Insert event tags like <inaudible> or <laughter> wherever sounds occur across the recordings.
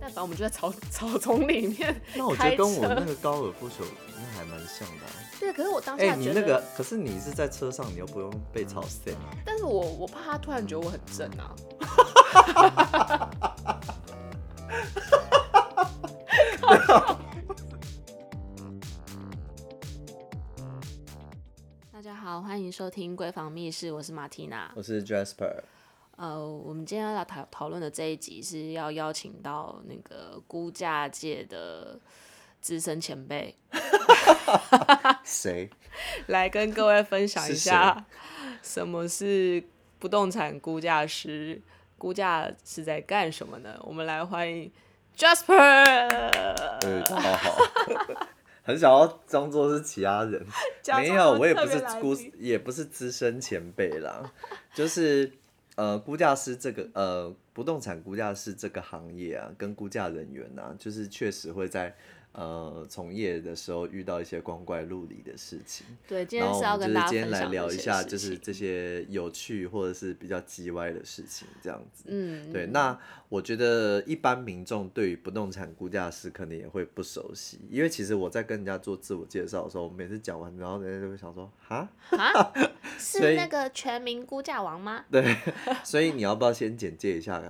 反正我们就在草 <laughs> 草丛里面。 <laughs> 那我觉得跟我那个高尔夫球那还蛮像的啊、对，可是我当哎、下你觉那得，个可是你是在车上，你又不用被吵醒啊。但是我我怕他突然觉得我很正啊。 <laughs> 大家好，欢迎收听《闺房密室》，我是马缇娜。我 <laughs> 是 Jasper，呃，我们今天要讨讨论的这一集是要邀请到那个估价界的资深前辈， <laughs> 谁？来跟各位分享一是谁下什么是不动产估价师，估价是在干什么呢？我们来欢迎 Jasper。呃，大家好， <laughs> 很想要装作是其他人，假装没有，我也特不别是来估宾，也不是资深前辈啦，就是呃，估价师这个呃，不动产估价师这个行业啊，跟估价人员啊，就是确实会在呃从业的时候遇到一些光怪陆离的事情。对，今然天后是我要们跟就大是家今分天来享聊这一些下，事就是情这些有趣或者是比较叽歪的事情，这样子。嗯，对，那我觉得一般民众对于不动产估价师可能也会不熟悉，因为其实我在跟人家做自我介绍的时候，我每次讲完，然后人家就会想说，哈， <laughs> 啊，所是以那个全民估价王吗？对，所以你要不要先简介一下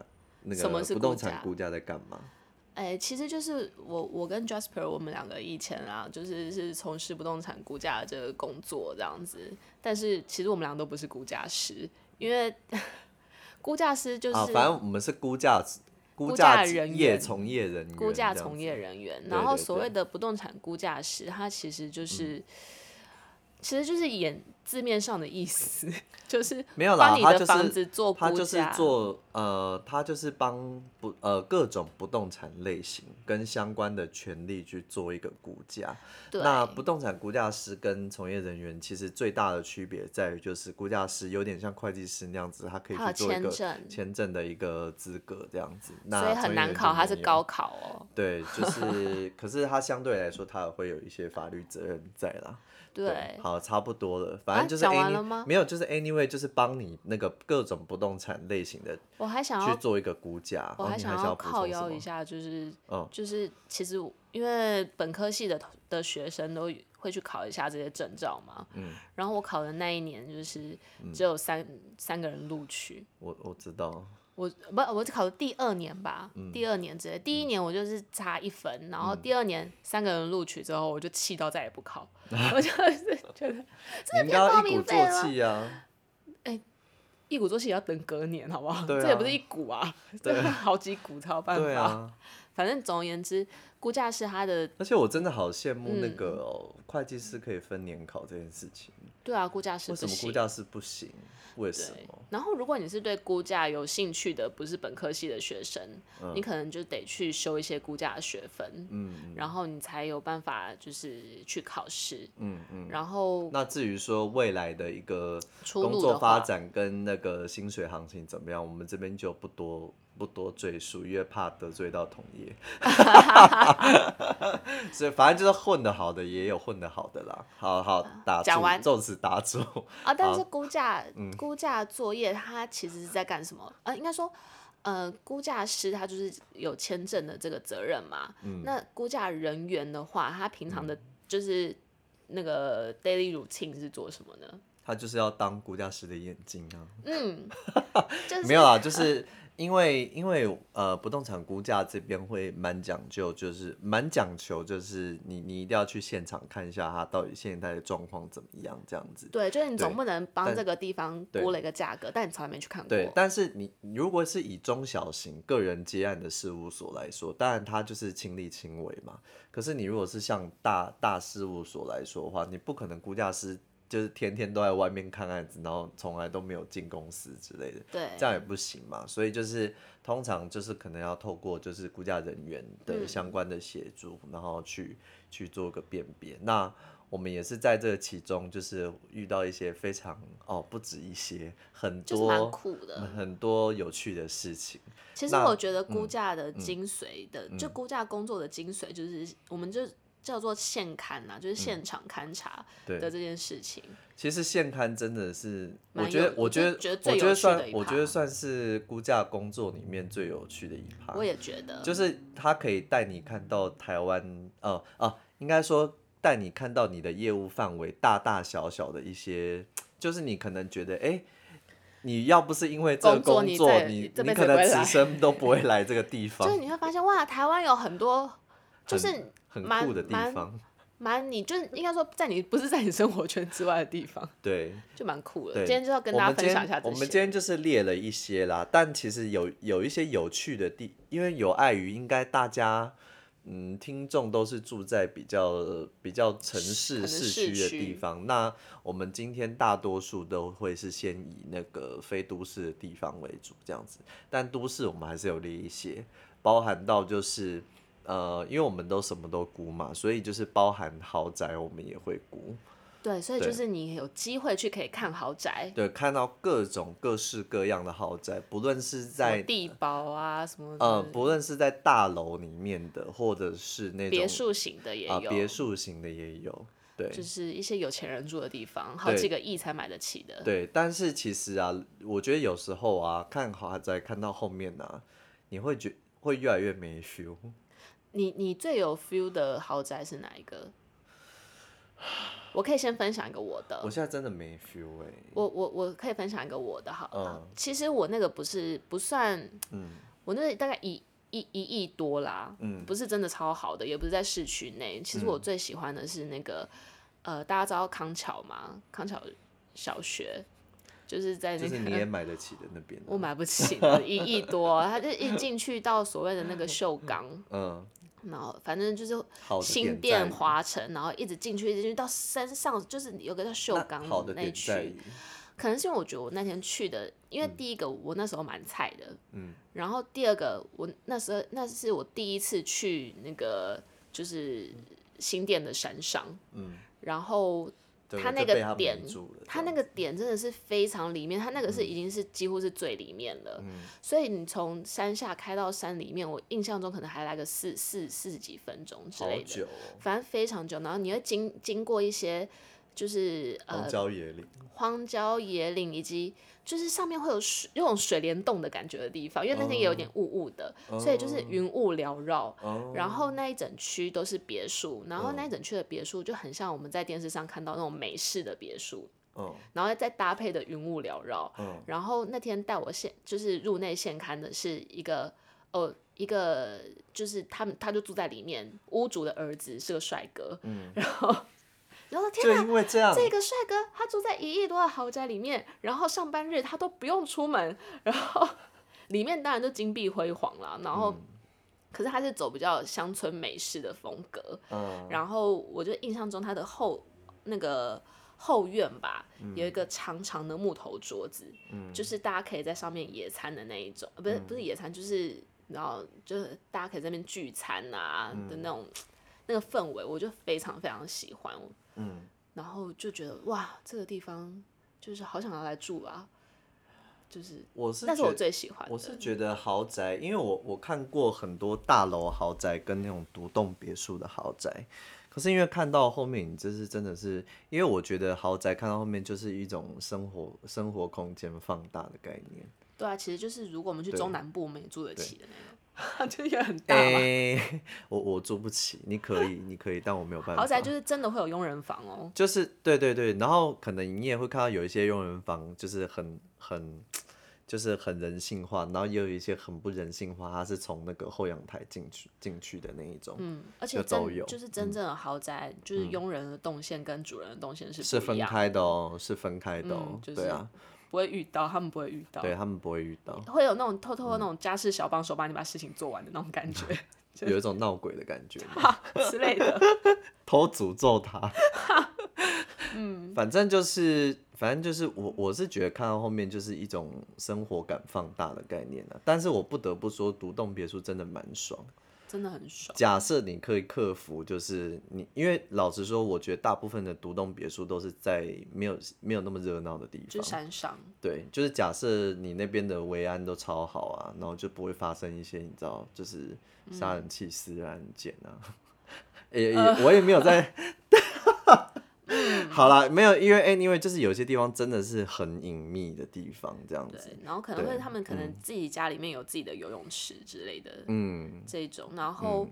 那什么个是不估动价产估价在干嘛？哎、其实就是我我跟 Jasper 我们两个以前啊，就是是从事不动产估价的这个工作这样子，但是其实我们俩都不是估价师，因为 <laughs> 估价师就是啊，反正我们是估价估估价价人业员从业人员，估价从业。人员，然对后对所谓对嗯的不动产估价师，他其实就是、其实就是演字面上的意思， <laughs> 就是没有啦帮，你他的就房是子做估价，他就是做呃，他就是帮不呃各种不动产类型跟相关的权利去做一个估价。对那不动产估价师跟从业人员其实最大的区别在于，就是估价师有点像会计师那样子，他可以他有去做一签个证签证的一个资格这样子。那所以从很业难人考，员他是没有高。考哦。对，就是，可是他相对来说，他也会有一些法律责任在啦。对，好，差不多了，反啊正就是讲完 any- 了吗没有，就是 anyway，就是帮你那个各种不动产类型的我还想要去做一个估价。我哦还你想要要补充靠什腰么一，下，就是，嗯就是其实我因为本科系的同的学生都会去考一下这些证照嘛，嗯，然后我考的那一年就是嗯只有三、三个人录取，我我知道，我不我只考了第二年吧，嗯第二年之类，第一年我就是差一分，然后第二年三个人录取之后，我就气到再也不考，我就是觉得你应该要报一名鼓费作了气啊！一鼓作气也要等隔年，好不好？<laughs> 对这也啊不是一鼓啊，这好几鼓才有 <laughs> 办法。对啊，反正总而言之，估价是他的而且我真的好羡慕那嗯个、哦会计师可以分年考这件事情，对啊，估价师为不什么行估价师不行？为什对么？然后，如果你是对估价有兴趣的，不是本科系的学生，嗯你可能就得去修一些估价的学分，嗯，然后你才有办法就是去考试，嗯嗯。然后那至于说未来的一个出工路作的发话，展跟那个薪水行情怎么样，我们这边就不多不多赘述，因为怕得罪到同 <laughs> 业。所以反正就是混得好的也有混得好的啦。好好打讲住完就此打住。啊，但是估价、嗯估价作业它其实是在干什么？呃，应该说，呃，估价师他就是有签证的这个责任嘛。嗯那估价人员的话，他平常的就是那个 daily routine 是做什么呢？他就是要当估价师的眼睛 <laughs> 啊。嗯，就是没有啦，就是因为因为呃，不动产估价这边会蛮讲究，就是蛮讲求，就是你你一定要去现场看一下它到底现在的状况怎么样这样子。对，就是你总对不能帮但这个地方对估了一个价格，但你从来没去看过。对，但是你你如果是以中小型个人接案的事务所来说，当然它就是亲力亲为嘛。可是你如果是像大大事务所来说的话，你不可能估价师就是天天都在外面看案子，然后从来都没有进公司之类的。对这样也不行嘛。所以就是通常就是可能要透过就是估价人员的嗯相关的协助，然后去去做个辨别。那我们也是在这其中，就是遇到一些非常哦，不止一些，很就是蛮多酷的。很多有趣的事情。其实那嗯我觉得估价的精髓的，就估价工作的精髓，就是我们就叫做现勘呐、就是现场勘察嗯对的这件事情。其实现刊真的是，我蛮觉得有，我觉就得觉得，最我有觉得趣算的一，我趴觉得算是估价工作里面最有趣的一趴。我也觉得，啊就是它可以带你看到台湾，呃啊，应该说带你看到你的业务范围大大小小的一些，就是你可能觉得，哎、你要不是因为这个工作工你作在，你这你辈子也不可能会此来生都不会来这个地就是方，你会发现哇，台湾有很多 <laughs> 就很是很蛮酷的地蛮方。蛮你就是应该说在你不是在你生活圈之外的地方，对，就蛮酷的。对今天就要跟我大家们今分享一天下这我们今些。天就是列了一些啦，但其实有有一些有趣的地，因为有碍于应该大家。嗯，听众都是住在比较、呃比较可城市能市市区的区地方。那我们今天大多数都会是先以那个非都市的地方为主，这样子。但都市我们还是有列一些，包含到就是呃，因为我们都什么都估嘛，所以就是包含豪宅我们也会估。对，所以就对是你有机会去可以看豪宅、对，看到各种各式各样的豪宅，不论是什么在地堡啊什么呃，的不论是在大楼里面的，或者是那别种墅型的也啊有，别墅型的也有，对就是一些有钱人住的地方，好几个亿才买得起的。对。但是其实啊，我觉得有时候啊，看豪宅看到后面啊，你会觉会越来越没 feel。你你最有 feel 的豪宅是哪一个？我可以先分享一个我的，我现在真的没 feel 哎、呃我我我可以分享一个我的好了。嗯其实我那个不是不算，我那大概一一一亿多啦，嗯不是真的超好的，也不是在市区内。其实我最喜欢的是那个，呃，大家知道康桥吗？康桥小学就是在那就个是你也买得起的那边啊、我买不 <laughs> 起的，一亿多，他就一进去到所谓的那个秀冈，嗯，然后反正就是好的新店在店于华城，然后一直进去，一直进去到山上，就是有个叫秀那冈好的那点在区于，可能是因为我觉得我那天去的，因嗯为第一个我那时候蛮菜的，嗯，然后第二个我那时候那是我第一次去那个就是新店的山上，嗯，然后对它我那就个被它迷点住了，它这那样嗯个点真的是非常里面，它那个是已经是几乎是最里面了。所以你从山下开到山里面，我印象中可能还来个四四四十几分钟之好类的，久、哦，反正非常久。然后你会经经过一些就是呃荒郊野岭。荒郊野岭，以及就是上面会有水有种水帘洞的感觉的地方，因为那天也有点雾雾的，所以就是云雾缭绕。哦嗯然后那一整区都是别墅，然后那一整区的别墅就很像我们在电视上看到那种美式的别墅，嗯然后再搭配的云雾缭绕。嗯然后那天带我现就是入内现看的是一个哦一个就是他们他就住在里面，屋主的儿子是个帅哥，嗯，然后天就哪，因为这样，这个帅哥他住在一亿多的豪宅里面，然后上班日他都不用出门， <laughs> 然后里面当然就金碧辉煌啦，然嗯后、可是他是走比较乡村美式的风格，嗯，然后我就印象中他的后那个后院吧，嗯有一个长长的木头桌子，就是大家可以在上面野餐的那一种，呃不嗯是不是野餐，就是然后就是大家可以在那边聚餐啊的那种、那个氛围，我就非常非常喜欢，嗯，然后就觉得哇，这个地方就是好想要来住啊，就是我是那是觉我最喜欢的，我是觉得豪宅，因为我我看过很多大楼豪宅跟那种独栋别墅的豪宅，可是因为看到后面，你这是真的是，因为我觉得豪宅看到后面就是一种生活生活空间放大的概念。对啊，其实就是如果我们去对中南部，我们也住得起的那 <laughs> 种，就也很大嘛。哎、 <laughs> 我我住不起，你可以，你可以，但我没有办法。豪宅就是真的会有佣人房哦，就是对对对，然后可能你也会看到有一些佣人房，就是很很就是很人性化，然后也有一些很不人性化，它是从那个后阳台进去进去的那一种，嗯，而且就真都有嗯就是真正的豪宅，就是佣人的动线跟主人的动线是是不一分样，开的哦，是分开的哦，嗯就是对啊，不会遇到，他们不会遇到，对嗯他们不会遇到，会有那种偷偷的那种家事小帮手帮你把事情做完的那种感 <laughs> 觉有一种闹鬼的感 <laughs> 觉嘛，之类 <laughs> 的。偷诅咒 <laughs> 他。嗯， <laughs> 反正就是，反正就是我，我是觉得看到后面就是一种生活感放大的概念啊。但是我不得不说，独栋别墅真的蛮爽。真的很爽，假设你可以克服，就是你，因为老实说，我觉得大部分的独栋别墅都是在没有没有那么热闹的地就是方。山上，对，就是假设你那边的维安都超好啊，嗯然后就不会发生一些你知道，就是杀人弃尸的案件啊， <laughs> 也也我也没有 <laughs> 在。好啦，没有，因为 anyway 就是有些地方真的是很隐秘的地方，这样子。对，然后可能对会他们可能自己家里面有自己的游泳池之类的嗯，这一种，然后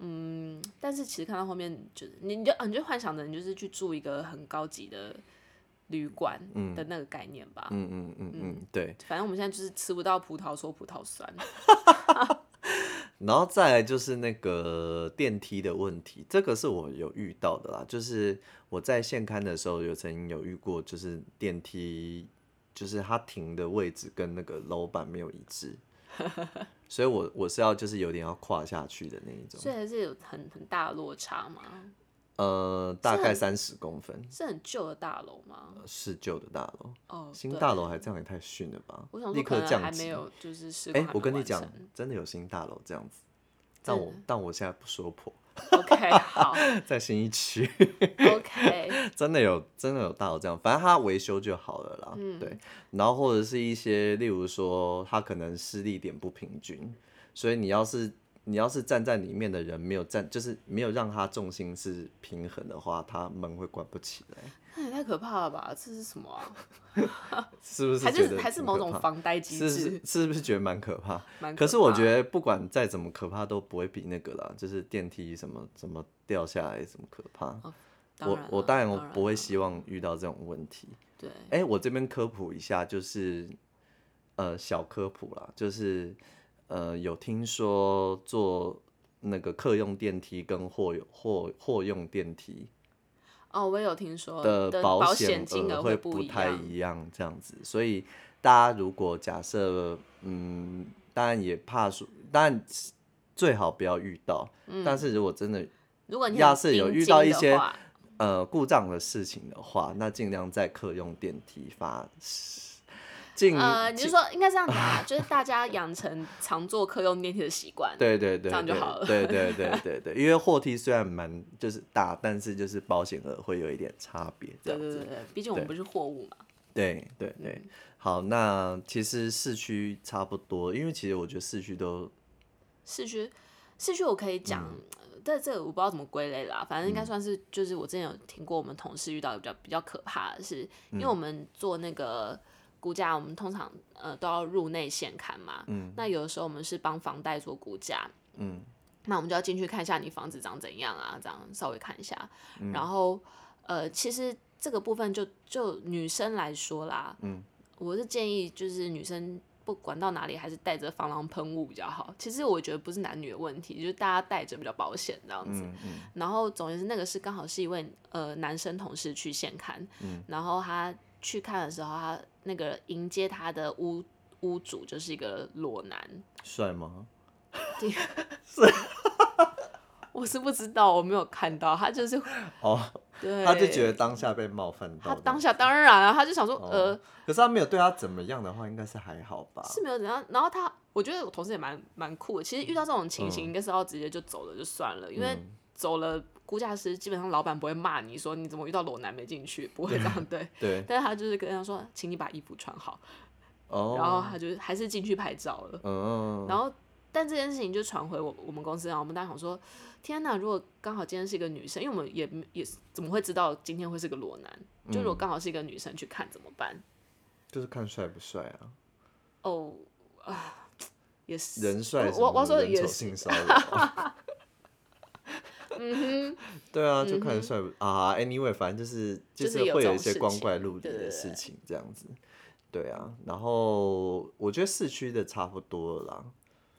嗯但是其实看到后面就是你你就啊你就幻想着你就是去住一个很高级的旅馆的那个概念吧。嗯嗯嗯嗯，对。反正我们现在就是吃不到葡萄说葡萄酸，然后再来就是那个电梯的问题，这个是我有遇到的啦。就是我在现刊的时候有曾经有遇过，就是电梯，就是它停的位置跟那个楼板没有一 <laughs> 致，所以我我是要就是有点要跨下去的那一种，所以还是有很很大的落差嘛。呃，大概三十公分，是很旧的大楼吗？是旧的大楼，哦，新对大楼还这样也太逊了吧我想？立说可刻能降还没级。有就是施哎、工还没我跟你完讲成，真的有新大楼这样子，但真我但我现在不说破， <laughs> ，OK，好在新一区。 ，OK， <laughs> 真的有，真的有大楼这样，反正它维修就好了啦。嗯对，然后或者是一些，例如说，它可能施力点不平均，所以你要是你要是站在里面的人没有站，就是没有让它重心是平衡的话，它门会关不起来， <laughs> 那也太可怕了吧？这是什么啊？是不是还觉是得还是很某可种怕防呆机是是制？是不是觉得蛮可怕？蛮可可是我怕觉得不管再怎么可怕，都不会比那个啦，就是电梯什么什么掉下来什么可怕。哦当我然我啦当然我当然不会啦希望遇到这种问题。对，哎、我这边科普一下，就是呃小科普啦，就是呃有听说坐那个客用电梯跟货用货货用电梯哦，我也有听说的保险金额会不不太样，一样，这样子，所以大家如果假设嗯，当然也怕说，当然最好不要遇到，嗯但是如果真的如果你要很是有盯遇到紧一的些话呃故障的事情的话，那尽量在客用电梯发。尽呃，你尽是说应该这样子 <laughs> 啊？就是大家养成常坐客用电梯的习惯。对对对，这样就对好了对对对对对，因为货梯虽然蛮就是大，但是就是保险额会有一点差别，对这样对对子。对，毕竟我们不是货物嘛。对对对嗯好，那其实市区差不多，因为其实我觉得市区都市区，市区我可以讲，呃但这个我不知道怎么归类啦，反正应该算是就是我之前有听过我们同事遇到的比较比较可怕的是，因为我们做那个估价，我们通常呃都要入内线看嘛，那有的时候我们是帮房贷做估价，那我们就要进去看一下你房子长怎样啊，这样稍微看一下。然后，呃，其实这个部分就就女生来说啦，嗯，我是建议就是女生不管到哪里还是带着防狼喷雾比较好。其实我觉得不是男女的问题，就是大家带着比较保险这样子。嗯然后总而言之，那个是刚好是一位呃男生同事去现看，然后他去看的时候，他那个迎接他的屋屋主就是一个裸男。帅吗？我是不知道，我没有看到，他就是哦，对，他就觉得哦当下被冒犯到他的，当下当然啊，他就想说，呃，可是他没有对他怎么样的话，应该是还好吧？是没有怎样。然后他，我觉得我同事也蛮蛮酷的。其实遇到这种情形，应该是要直接就走了就算了，因为嗯走了估价师基本上老板不会骂你说你怎么遇到裸男没进去，不会这 <laughs> 样对。对，但是他就是跟他说，请你把衣服穿好，哦，然后他就还是进去拍照了。嗯，然后，但这件事情就传回我我们公司，然后我们大家想说，天哪！如果刚好今天是一个女生，因为我们也也怎么会知道今天会是个裸男？就嗯如果刚好是一个女生去看怎么办？就是看帅不帅啊，哦啊，也是人帅我什么我我要说的人也丑是性骚扰。 <laughs> 嗯对啊，就看帅不啊，anyway，反正就是就是是有会这种有一些事光情怪陆离对对的对事情这样子，对啊。然后我觉得市区的差不多了啦。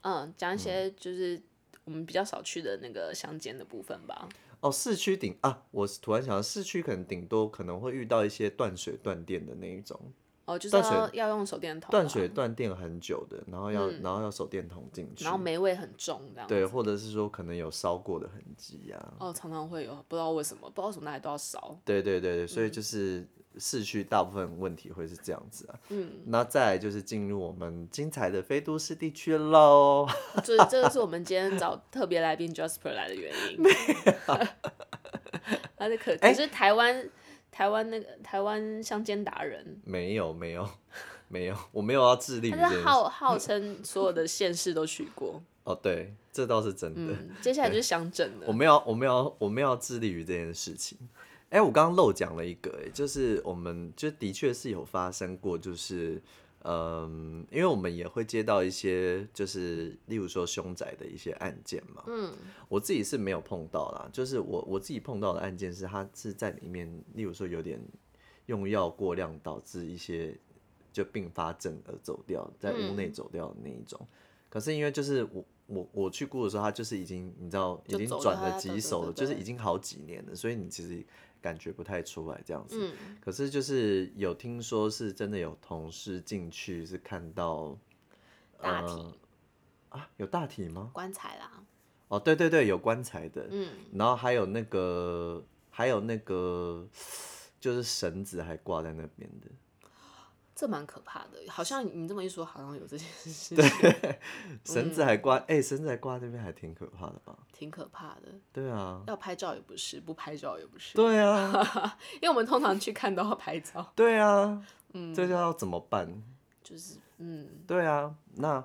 嗯，讲一些就是我们比较少去的那个乡间的部分吧。哦，市区顶啊，我突然想到，市区可能顶多可能会遇到一些断水断电的那一种，哦，就是断水要要用手电筒，啊断水，断电很久的，然后要、然后要手电筒进去嗯然，后霉味很重，这样。对，或者是说可能有烧过的痕迹啊，哦，常常会有，不知道为什么，不知道为什么那里都要烧。对对对对，所嗯以就是市区大部分问题会是这样子啊。嗯，那再来就是进入我们精彩的非都市地区喽。这这个是我们今天找特别来宾 Jasper 来的原因。 <laughs> 他是哎可可是台湾台湾那个台湾乡间达人， <laughs> 没有没有没有，我没有要致力于他这件是事。号号称所有的县市都去过。 <laughs> 哦，对，这倒是真的。嗯，接下来就是乡镇的我。们要，我们要，我们要致力于这件事情。哎、我刚刚漏讲了一个、哎，就是我们就的确是有发生过，就是嗯，因为我们也会接到一些，就是例如说凶宅的一些案件嘛。嗯，我自己是没有碰到啦，就是我我自己碰到的案件是，他是在里面，例如说有点用药过量导致一些就并发症而走掉，在屋嗯内走掉的那一种。可是因为就是我我我去估的时候，他就是已经你知道已就经走了转了啊几对对手了，对就是对已经好几年了，所以你其实感觉不太出来这样子。嗯，可是就是有听说是真的有同事进去是看到大体呃啊，有大体吗？棺材啦，哦，对对对，有棺材的，嗯，然后还有那个，还有那个，就是绳子还挂在那边嗯的。这蛮可怕的。好像你这么一说，好像有这件事，绳子还挂，哎、绳子还挂在那边，还挺可怕的吧？挺可怕的。对啊，要拍照也不是，不拍照也不是，对啊，因为我们通常去看都要拍照，对啊，这就要怎么办？嗯就是嗯，对啊，那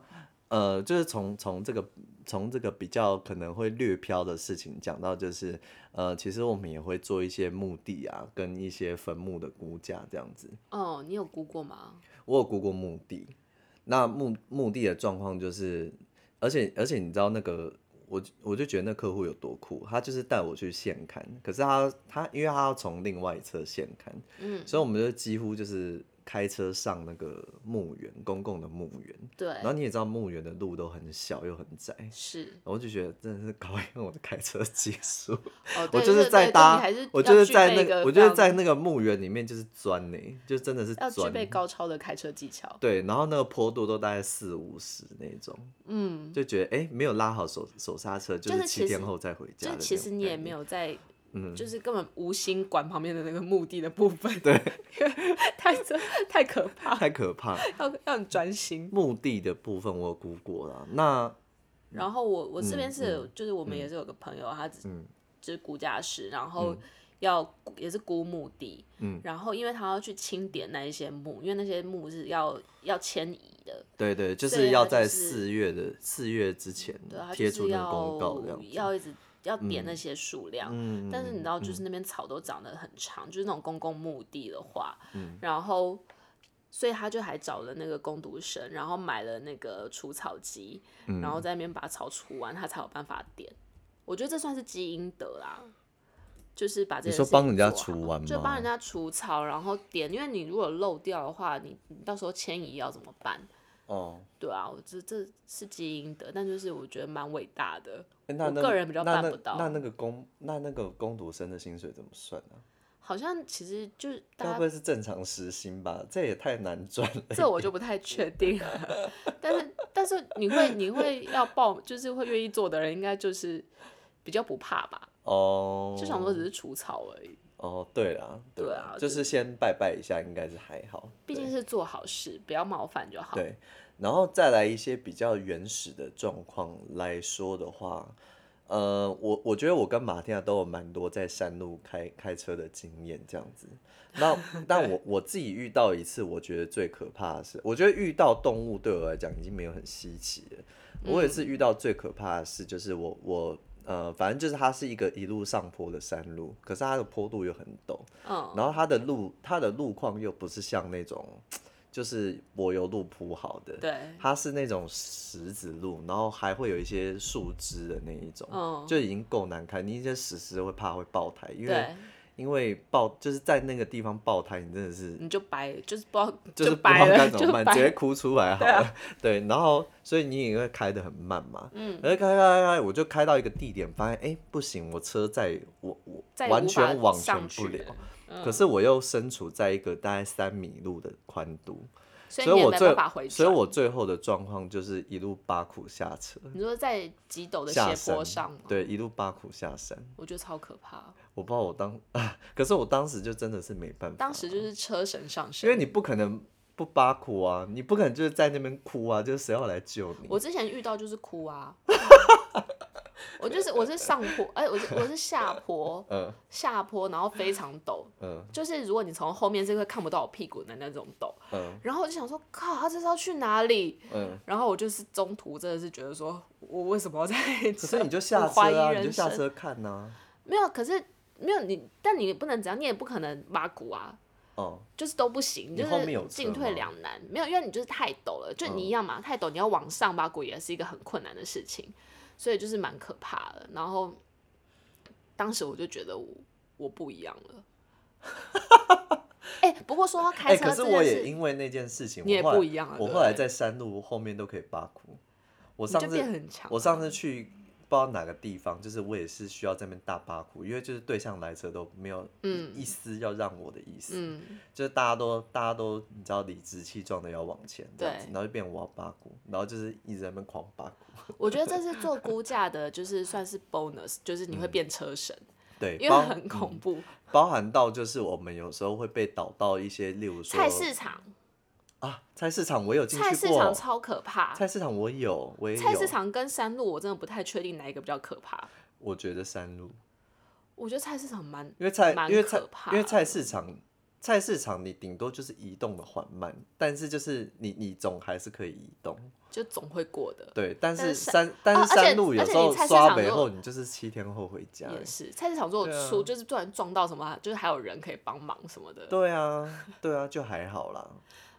呃，就是从从这个从这个比较可能会略飘的事情讲到，就是呃，其实我们也会做一些墓地啊，跟一些坟墓的估价这样子。哦，你有估过吗？我有估过墓地，那墓墓地的状况就是，而且而且你知道那个，我我就觉得那客户有多酷，他就是带我去现看，可是他他因为他要从另外一侧现看，嗯，所以我们就几乎就是开车上那个墓园，公共的墓园，对然，后你也知道墓园的路都很小又很窄。是。然后就觉得真的是考验我的开车技术，哦，我对就对在对搭你还是，我要就是具在备那一个我非就是常在那个墓园里面就是钻呢、就真的是要具钻备高超的开车技巧。对，然后那个坡度都大概四五十那种，嗯，就觉得哎、诶没有拉好手手刹车，就就是是七其天实后再回家就的那种概念。是其实你也没有在，嗯就是根本无心管旁边的那个墓地的部分。对，太这太可怕， <laughs> 太可怕。要要很专心。墓地的部分我有估过啦，那然后我我这边嗯是有、就是我们也是有个朋友，他只、嗯就是估价师，然后要估也是估墓地，嗯，然后因为他要去清点那一些墓，因为那些墓是要要迁移的，对对，就所是以它要就在是嗯四月的四月之前对，他就贴出是那要个公告这样子。要一直要点那些数量，嗯但是你知道，就是那边草都长得很长，就是那种公共墓地的话，嗯然后所以他就还找了那个工读生，然后买了那个除草机，嗯然后在那边把草除完，他才有办法点。我觉得这算是积阴德啦。就是把这件你说事帮情人家做好除完就帮人吗家除草，然后点，因为你如果漏掉的话，你你到时候迁移要怎么办？哦，对啊，我这这是基因的，但就是我觉得蛮伟大的，诶那我那个人比较那办那不到那那个工那那个工读生的薪水怎么算呢、好像其实就是该大不家会是正常时薪吧？这也太难赚了。这我就不太确定了， <laughs> 但是但是你会你会要报，就是会愿意做的人，应该就是比较不怕吧，哦，就想说只是除草而已，哦，对啦，对啊啦就就是先拜拜一下，应该是还好。毕对竟是做好事，不要冒犯就好。对，然后再来一些比较原始的状况来说的话，呃，我我觉得我跟马天亚都有蛮多在山路开开车的经验，这样子。 <laughs> 那但我我自己遇到一次，我觉得最可怕的是，我觉得遇到动物对我来讲已经没有很稀奇了。我也嗯是遇到最可怕的事，就是我我呃，反正就是它是一个一路上坡的山路，可是它的坡度又很陡，嗯，然后它的路它的路况又不是像那种就是柏油路铺好的，对，它是那种石子路，然后还会有一些树枝的那一种，嗯就已经够难开。你一些石石会怕会爆胎，因为对，因为爆就是在那个地方爆胎，你真的是你就白，嗯就是不知道，就是不知白道该 <laughs> 了，啊怎就么办，白直接哭出来好了。对，然后所以你也会开得很慢嘛。嗯，然后开开开，我就开到一个地点，发现哎、诶不行，我车在我我再也完无全法网上全不去了。了可是我又身处在一个大概三米路的宽度，所所你以也我没最办法回所以转我最后的状况就是一路八苦下车，你说在极陡的下斜坡山上吗？对，一路八苦下山。我觉得超可怕。我不知道我当， <laughs> 可是我当时就真的是没办法，当时就是车神上身。因为你不可能不八苦啊，你不可能就是在那边哭啊，就是谁要来救你？我之前遇到就是哭 <laughs> 啊，我就是我是上坡，哎、我是我是下坡，嗯下坡然后非常陡，嗯就是如果你从后面是会看不到我屁股的那种陡，嗯然后我就想说，靠，他这是要去哪里？嗯，然后我就是中途真的是觉得说，我我为什么要在这？可是你就下车怀疑啊，人你就下生车看呐、没有，可是没有你，但你也不能怎样，你也不可能挖苦啊，哦，就是都不行，你就后面是有车嗯进退吗两难。没有，因为你就是太陡了，就你一样嘛，太陡，你要往上八股也是一个很困难的事情，所以就是蛮可怕的。然后当时我就觉得我我不一样 <laughs> 了。哎、不过说到哎、开车可这是件事，我也因为那件事情，你也我后来不一样啊我对后来不对在山路后面都可以八哭。我你上就次变很强啊。我上次去不知道哪个地方，就是我也是需要在那边大巴哭，因为就是对向来车都没有嗯一一丝要让我的意思，嗯，就是大家都大家都你知道理直气壮的要往前这样子，对然后就变我要八哭，然后就是一直在那边狂八哭，我觉得这是做估价的，就是算是 bonus，就是你会变车神，嗯对，因为包很恐嗯怖。包含到就是我们有时候会被导到一些，例如说菜市场，啊，菜市场我有进去菜过，市场超可怕。菜市场我有，我也有，菜市场跟山路，我真的不太确定哪一个比较可怕。我觉得山路，我觉得菜市场蛮因为菜，蛮因为菜可，怕因为的菜市场，菜市场你顶多就是移动的缓慢，但是就是你你总还是可以移动，就总会过的，对。但但是是山，啊但是而且山路有而且时候你菜市刷场北如后，果你就是七天后回家。欸也是菜市场如果对啊出、就是突然撞到什么，啊就是还有人可以帮忙什么的。对啊，对啊，就还好啦，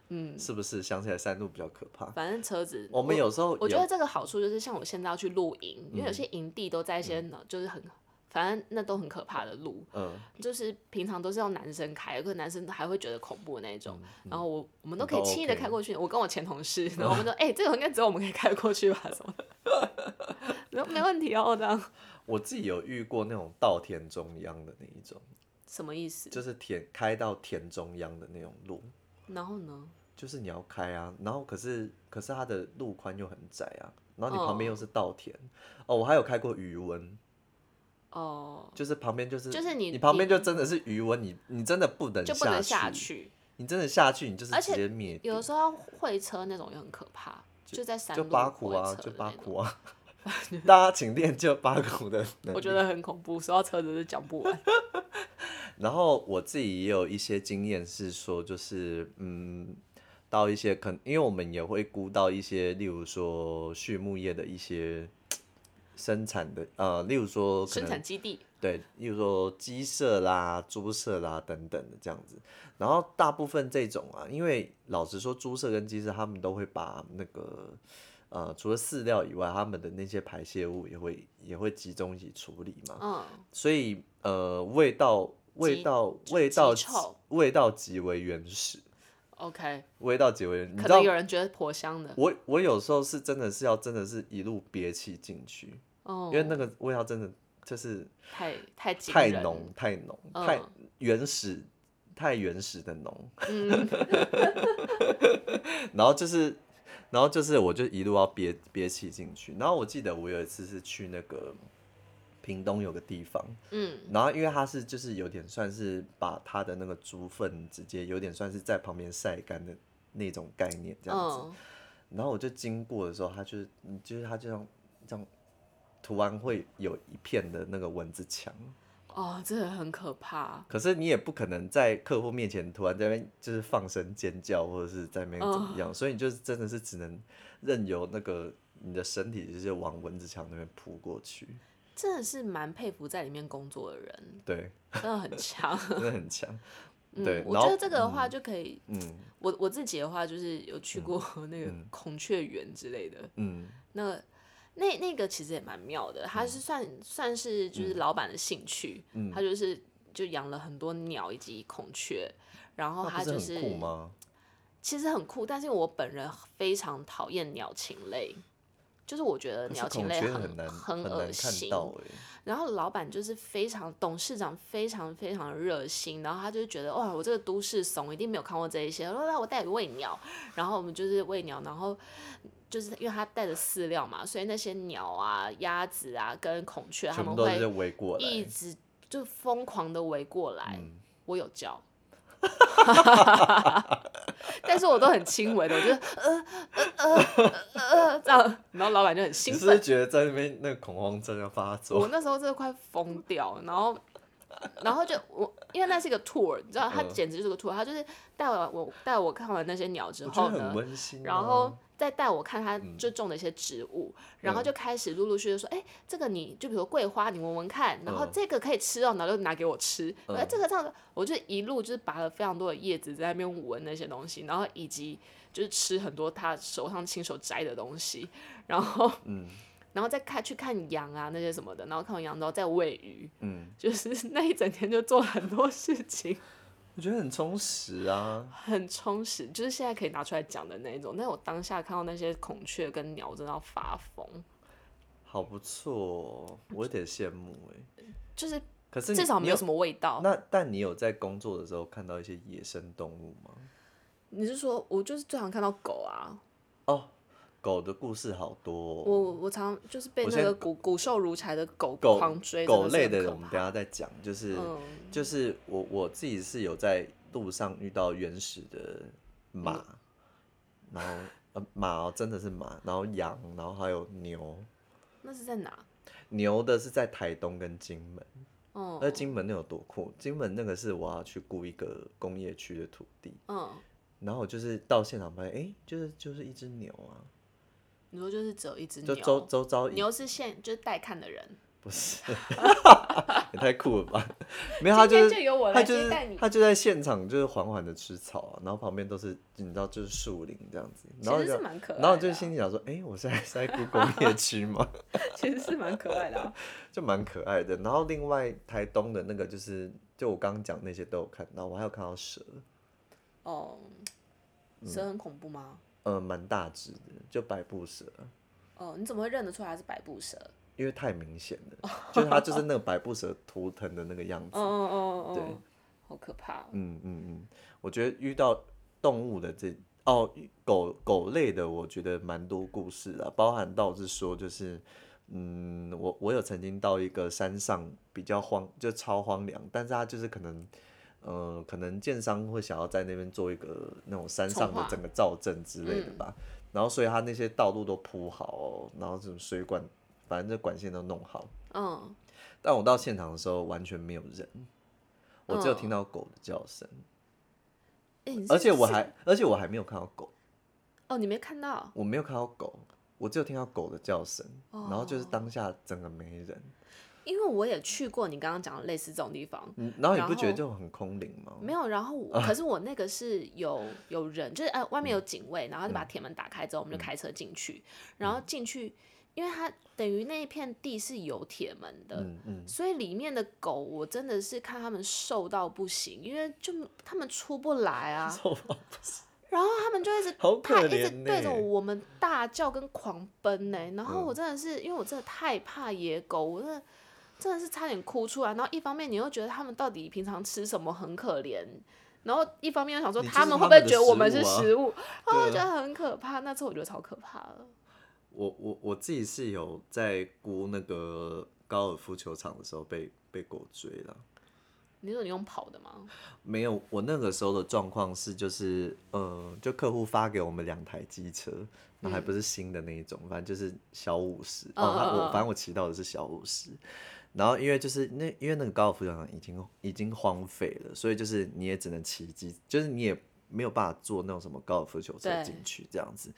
嗯，是不是？想起来山路比较可怕。反正车子我们有时候我觉有嗯得这个好处就是，像我现在要去露营，因为有些营地都在一些呢，就是很，反正那都很可怕的路，嗯，就是平常都是要男生开，可是男生还会觉得恐怖的那种。嗯然后我我们都你可以都轻易的 OK 开过去。我跟我前同 <laughs> 事，然后我们说，哎、这个应该只有我们可以开过去吧？什么的， <laughs> 然后没问题哦，这样我自己有遇过那种稻田中央的那一种，什么意思？就是田开到田中央的那种路，然后呢？就是你要开啊，然后可是可是它的路宽又很窄啊，然后你旁哦边又是稻田哦，我还有开过余温，哦、就是旁边就是就是你你旁边你就真的是余温，你你真的不能就不能下下去，去。你真的下去你就是而直且接灭有顶，的时候要会车那种也很可怕，就在山就路八苦啊会，车就的八那种苦啊， <laughs> 大家请练就八苦的能我觉得很恐怖，说到车子就讲不完。然后我自己也有一些经验是说，就是嗯，到一些可能，因为我们也会估到一些，例如说畜牧业的一些生产的，呃，例如说可生能产基地，嗯对，例如说鸡舍啦、猪舍啦等等的这样子。然后大部分这种啊，因为老实说，猪舍跟鸡舍他们都会把那个呃，除了饲料以外，他们的那些排泄物也会也会集中一起处理嘛。嗯，所以呃，味道味极道就味极道臭味道极为原始， OK，味道极为原始。你可知能道，有人觉得颇香的，我我有时候是真的是要真的是一路憋气进去，哦，因为那个味道真的就是太太惊太人浓太浓太嗯原始。太原始的浓，嗯 <laughs> 然后就是，然后就是，我就一路要憋憋气进去。然后我记得我有一次是去那个屏东有个地方，嗯，然后因为它是就是有点算是把它的那个猪粪直接有点算是在旁边晒干的那种概念这样子。嗯，然后我就经过的时候，它就是嗯就是它就像这样，突然会有一片的那个蚊子墙。哦，这个很可怕，可是你也不可能在客户面前突然在那边就是放声尖叫，或者是在那边怎么样，嗯所以你就是真的是只能任由那个你的身体就是往蚊子墙那边扑过去。真的是蛮佩服在里面工作的人，对，真的很 <laughs> 强。真的很强。嗯对，我然觉得后这个的话就可以，嗯我我自己的话就是有去过 <laughs> 那个孔雀园之类的，嗯那那那个其实也蛮妙的，他是算算是嗯就是老板的兴趣，他就是就养了很多鸟以及孔雀，然后那哦他不就是很酷吗？其实很酷，但是我本人非常讨厌鸟禽类，就是我觉得可是鸟禽孔类雀很难很很难恶看心。到哎、然后老板就是非常董事长非常非常热心，然后他就觉得哇，我这个都市怂一定没有看过这一些，说那我带你喂鸟，然后我们就是喂鸟，然后就是因为他带着饲料嘛，所以那些鸟啊、鸭子啊跟孔雀他全们部都是会围过来。嗯一直就疯狂的围过来，我有教。 <laughs> 但是我都很轻微的，我就呃呃呃呃这样，然后老板就很你兴是奋不，是觉得在那边那个恐慌症要发我作？那时候真的快疯掉，然后，然后就我，因为那是一个 tour，你知道，他嗯简直就是个 tour，他就是带我我带我看完那些鸟之我觉后得很呢，温馨啊、然后再带我看他嗯就种的一些植物，然后就开始陆陆续续说，哎、这个你就比如说桂花，你闻闻看，然后嗯这个可以吃哦，然后就拿给我吃，哎、嗯这个这样，我就一路就是拔了非常多的叶子在那边闻那些东西，然后以及就是吃很多他手上亲手摘的东西，然后嗯 <laughs> 然后再看去看羊啊那些什么的，然后看完羊之后再喂鱼，嗯，就是 <laughs> 那一整天就做了很多事情，我觉得很充实啊。很充实，就是现在可以拿出来讲的那一种。但我当下看到那些孔雀跟鸟，我真的要发疯。好不错哦、我有点羡慕哎。就是可是你至少你没有什么味道。那但你有在工作的时候看到一些野生动物吗？你是说我就是最常看到狗啊？哦，狗的故事好多、哦。我我常就是被我那先个骨骨瘦如柴的狗狗狂追，狗类的的是，我很们可等一怕。下再讲。就是、嗯就是我我自己是有在路上遇到原始的马，嗯然后呃马哦真的是马，然后羊，然后还有牛。那是在哪？牛的是在台东跟金门，嗯那金门那有多酷？金门那个是我要去雇一个工业区的土地，嗯，然后我就是到现场发现，哎、就是就是一只牛啊，你说就是只有一只就周牛，周遭一牛是现就是带看的人。不是， <laughs> 也太酷了吧？没有，他今天就就是由我来他就接是待你他就在现场就是缓缓的吃草啊、然后旁边都是你知道就是树林这样子，然其后实就是蛮可爱的啊、然后就心里想说，哎、我现在是在故 <laughs> 工业区吗？其实是蛮可爱的、 <laughs> 啊。就蛮可爱的。然后另外台东的那个就是，就我刚刚讲那些都有看到，我还有看到蛇，哦，嗯蛇很恐怖吗？呃，蛮大只的，就白布蛇，哦，你怎么会认得出来它是白布蛇？因为太明显了，就是它就是那个白布蛇图腾的那个样子。哦哦哦，嗯对，好可怕哦、嗯嗯嗯，我觉得遇到动物的这哦狗狗类的，我觉得蛮多故事的，包含到是说就是。嗯，我我有曾经到一个山上比较荒，就超荒凉，但是它就是可能，呃，可能建商会想要在那边做一个那种山上重的划嗯整个造镇之类的吧，然后所以它那些道路都铺好、哦，然后这种水管，反正这管线都弄好，嗯，但我到现场的时候完全没有人，我只有嗯听到狗的叫声，哎你是而且我是还，而且我还没有看到狗，哦，你没看到，我没有看到狗，我只有听到狗的叫声，哦然后就是当下整个没人，因为我也去过你刚刚讲的类似这种地方，嗯，然后你然不觉得后嗯就很空灵吗？没有。然后我，啊可是我那个是有有人，就是呃外面有嗯警卫，然后就把铁门打开之后，我们就开车进去，然后嗯进去，因为它等于那一片地是有铁门的，嗯嗯，所以里面的狗，我真的是看它们瘦到不行，因为就它们出不来啊， <laughs> 好吧然后它们就一直好它可一直怜呢、嗯对着我们大叫跟狂奔呢、然后我真的是因为我真的太怕野狗，我真的真的是差点哭出来。然后一方面你又觉得它们到底平常吃什么很可怜，然后一方面又想说你就是它们会它不会们的觉得我们是食物啊食物， <laughs> 然后我对觉啊得很可怕。那次我觉得超可怕了。我我我自己是有在估那个高尔夫球场的时候被被狗追了。你说你用跑的吗？没有，我那个时候的状况是，就是呃，就客户发给我们两台机车，那还不是新的那一种，反正就是小五十、嗯哦，他嗯嗯我嗯反正我骑到的是小五十。然后因为就是那因为那个高尔夫球场已经已经荒废了，所以就是你也只能骑机，就是你也没有办法坐那种什么高尔夫球车对进去这样子。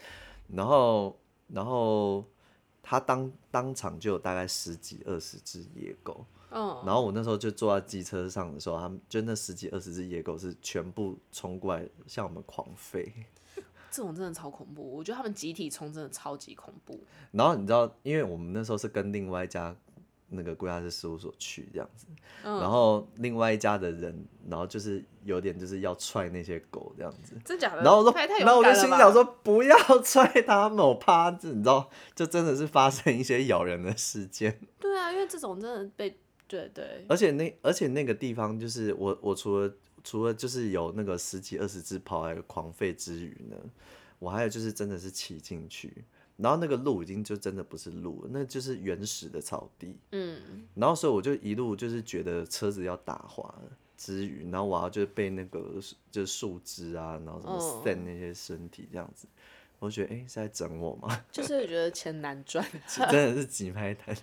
然后然后他当当场就有大概十几二十只野狗，嗯，然后我那时候就坐在机车上的时候，他们就那十几二十只野狗是全部冲过来向我们狂吠。这种真的超恐怖，我觉得它们集体冲真的超级恐怖。然后你知道，因为我们那时候是跟另外一家那个规划师事务所去这样子，嗯然后另外一家的人，然后就是有点就是要踹那些狗这样子。真假的？然后我说，呃太太然后勇我敢就了心吧想说，不要 <laughs> 踹他们，我怕这你知道，就真的是发生一些咬人的事件。对啊，因为这种真的被对对，而且那而且那个地方就是我我除了除了就是有那个十几二十只跑来狂吠之余呢，我还有就是真的是骑进去，然后那个路已经就真的不是路了，那就是原始的草地， <laughs> 嗯，然后所以我就一路就是觉得车子要打滑了之余，然后我要就是被那个就是树枝啊，然后什么哦 s 那些身体这样子，我就觉得哎、诶是在整我吗？ <laughs> 就是会觉得钱难赚。真的是急拍 <laughs> 单，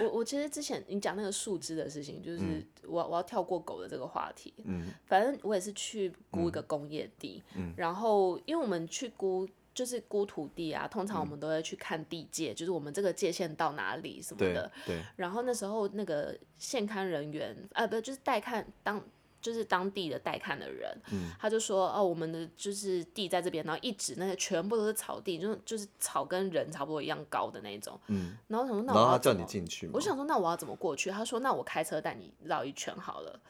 我我其实之前你讲那个树枝的事情，就是我、我要跳过狗的这个话题。嗯反正我也是去估一个工业地，然后因为我们去估。就是估土地啊，通嗯常我们都会去看地界，就是我们这个界限到哪里什么对的。对，然后那时候那个现勘人员，呃，不就是带看当。就是当地的带看的人，嗯他就说哦，我们的就是地在这边，然后一指那些全部都是草地，就是就是草跟人差不多一样高的那种。嗯，然后我想说，那然我后要他叫怎你么进去嘛，我想说，那我要怎么过去？他说，那我开车带你绕一圈好了。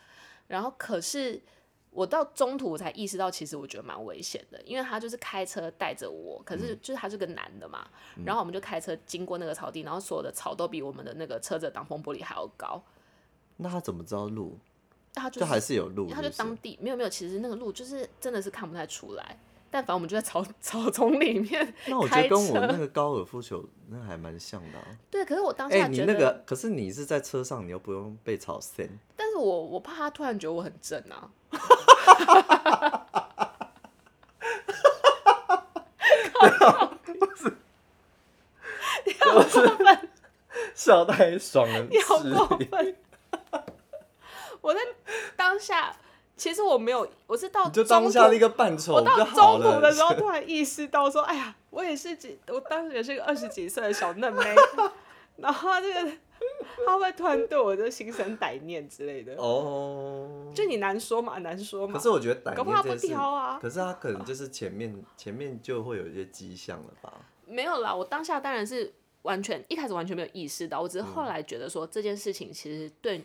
然后可是我到中途我才意识到，其实我觉得蛮危险的，因为他就是开车带着我，可嗯是就是他是个男的嘛，然后我们就开车经过那个草地，然后所有的草都比我们的那个车子的挡风玻璃还要高，那他怎么知道路？他就就是还是有路，他是就不是当 <laughs> 地没有没有，其实那个路就是真的是看不太出来。但反正我们就在草 <laughs> 草丛里面，那我觉开得跟我车那个高尔夫球那还蛮像的、啊。对。可是我当哎、下你觉得，那个可是你是在车上，你又不用被吵醒。但是我我怕他突然觉得我很正啊， <laughs> 笑太爽了， <laughs> 你好过分！我在当下，其实我没有，我是到你就中当下途立刻扮丑我不就到好中了。途的 <laughs> 时候，突然意识到说，哎呀，我也是几，我当时也是个二十几岁的小嫩妹，然后他这个他会不会突然对我就心生歹念之类的？ <laughs> 哦，就你难说嘛，难说嘛。可是我觉得胆搞不念好这不件事，挑啊可是他可能就是前面前面就会有一些迹象了吧？没有啦，我当下当然是完全一开始完全没有意识到，我嗯只是后来觉得说这件事情其实对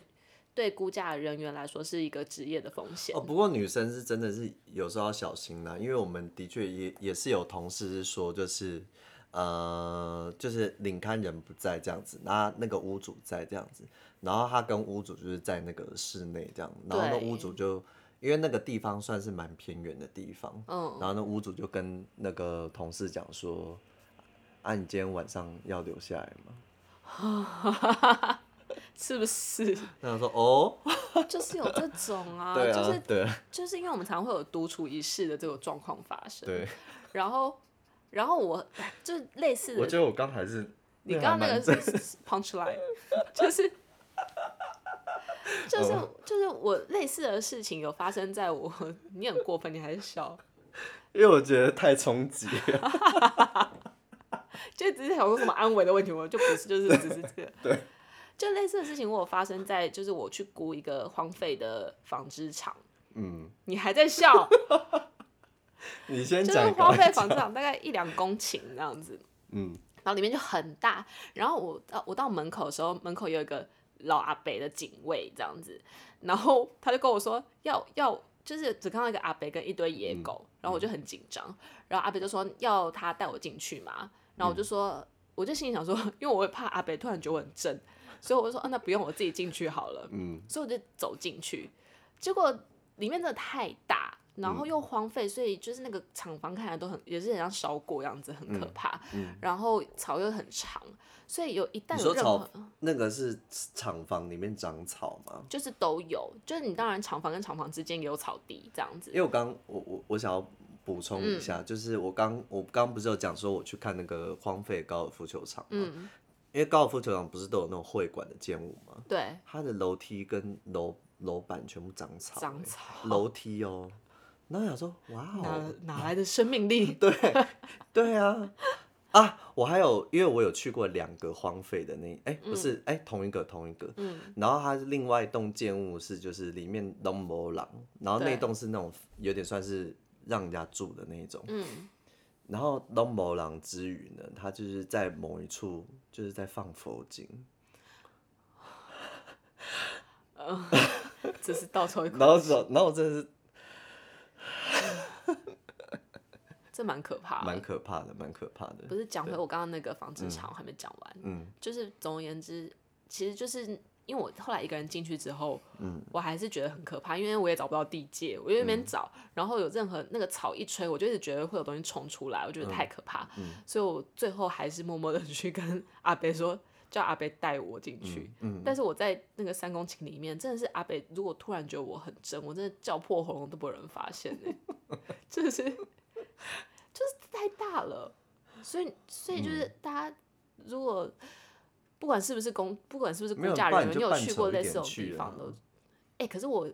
对估价人员来说是一个职业的风险哦，。不过女生是真的是有时候要小心啦，因为我们的确也也是有同事是说，就是呃，就是领刊人不在这样子，那那个屋主在这样子，然后他跟屋主就是在那个室内这样，然后那对屋主就因为那个地方算是蛮偏远的地方， <laughs> 嗯，然后那屋主就跟那个同事讲说，啊，你今天晚上要留下来吗？是不是？那他说哦， <laughs> 就是有这种啊，对就是啊，对啊就是因为我们常会有独处一室的这个状况发生。对，然后，然后我就是类似我的，觉得我刚才是你刚刚那还蛮个是 punch line，就是 <laughs> 就是哦就是我类似的事情有发生在我， <laughs> 你很过分，你还是笑，因为我觉得太冲击了。就只是想说什么安慰的问题，我就不是，就是只是这个。对。 <laughs> 就类似的事情，我有发生在就是我去估一个荒废的纺织厂， <laughs> 嗯，你还在 <laughs> 笑，你先就讲是一个。荒 <laughs> 废纺织厂大概一两公顷那样子，嗯，然后里面就很大。然后我到我到门口的时候，门口有一个老阿伯的警卫这样子，然后他就跟我说要要，就是只看到一个阿伯跟一堆野嗯狗，然后我就很紧张。然后阿伯就说要他带我进去嘛，然后嗯我就说，我就心里想说，因为我会怕阿伯突然觉得我很正，所以我就说，啊、那不用我自己进去好了。嗯，所以我就走进去，结果里面真的太大。然嗯后又荒废，所以就是那个厂房看起来都很，也是很像烧过样子，很嗯可怕。然后草又很长，所以有一旦你有说任草何嗯那个是厂房里面长草吗？就是都有，就是你当然厂房跟厂房之间也有草地这样子因。为我刚我我我想要补充一下，嗯就是我刚我刚不是有讲说我去看那个荒废高尔夫球场吗？嗯，因为高尔夫球场不是都有那种会馆的建物吗？对，它的楼梯跟楼楼板全部长草、长草欸楼梯哦。然后想说，哇哪哦，哪来的生命 <laughs> 力？对啊，啊，我还有，因为我有去过两个荒废的那，哎、不是，哎、同一个，同一个，嗯，然后它另外一栋建物是就是里面龙某廊，然后那对栋是那种有点算是让人家住的那一种。嗯，然后龙某廊之余呢，它就是在某一处就是在放佛经，只是倒抽一口然后手，然后我真的是这蛮可怕蛮的。可怕的，蛮可怕啊不的。是讲回我刚刚那个纺织厂，我还没讲完。嗯，就是总而言之，其实就是因为我后来一个人进去之后，嗯，我还是觉得很可怕，因为我也找不到地界，我就在那边嗯找，然后有任何那个草一吹，我就一直觉得会有东西冲出来，我觉得嗯太可怕，所以我最后还是默默的去跟 <laughs> 阿北说。叫阿北带我进嗯去，但是我在那个三公顷里面，真的是阿北。如果突然觉得我很真，我真的叫破喉咙都不会有人发现 <laughs> 呢、真的是，就是太大了，所以所以嗯就是大家如果不管是不是公，不管是不是没公有家不人员，然你你就有扮去丑过一类似点这种去地啊方的？欸哎、可是我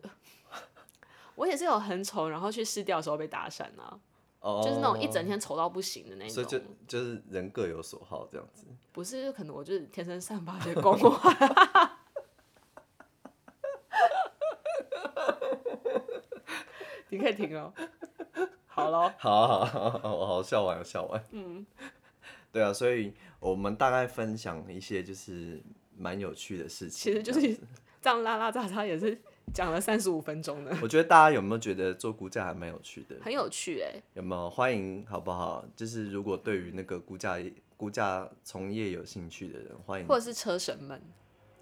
我也是有很丑，然后去试掉的时候被搭讪啊。哦，就是那种一整天愁到不行的那所以就种。就是人各有所好这样子。不是，可能我就是天生善罢的公我 <laughs> 你可以停哦。好了， <laughs> 好好好好好好笑完笑完。嗯，对啊，所以我们大概分享一些就是蛮有趣的事情。其实就是这样拉拉杂杂也是讲了三十五分钟呢，我觉得大家有没有觉得做估价还蛮有趣的？很有趣哎、有没有欢迎好不好？就是如果对于那个估价估价从业有兴趣的人，欢迎或者是车神们，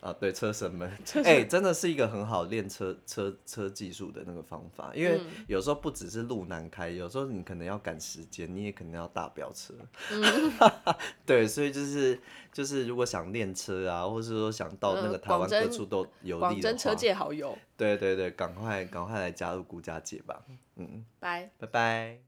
啊，对车神们，哎、真的是一个很好练车车车技术的那个方法，因为嗯有时候不只是路难开，有时候你可能要赶时间，你也可能要大飙车。嗯 <laughs> 对，所以就是就是如果想练车啊，或是说想到那嗯个台湾广各真处都有广利的真车话，界好友，对对对，赶快赶快来加入估价界吧，拜。拜拜。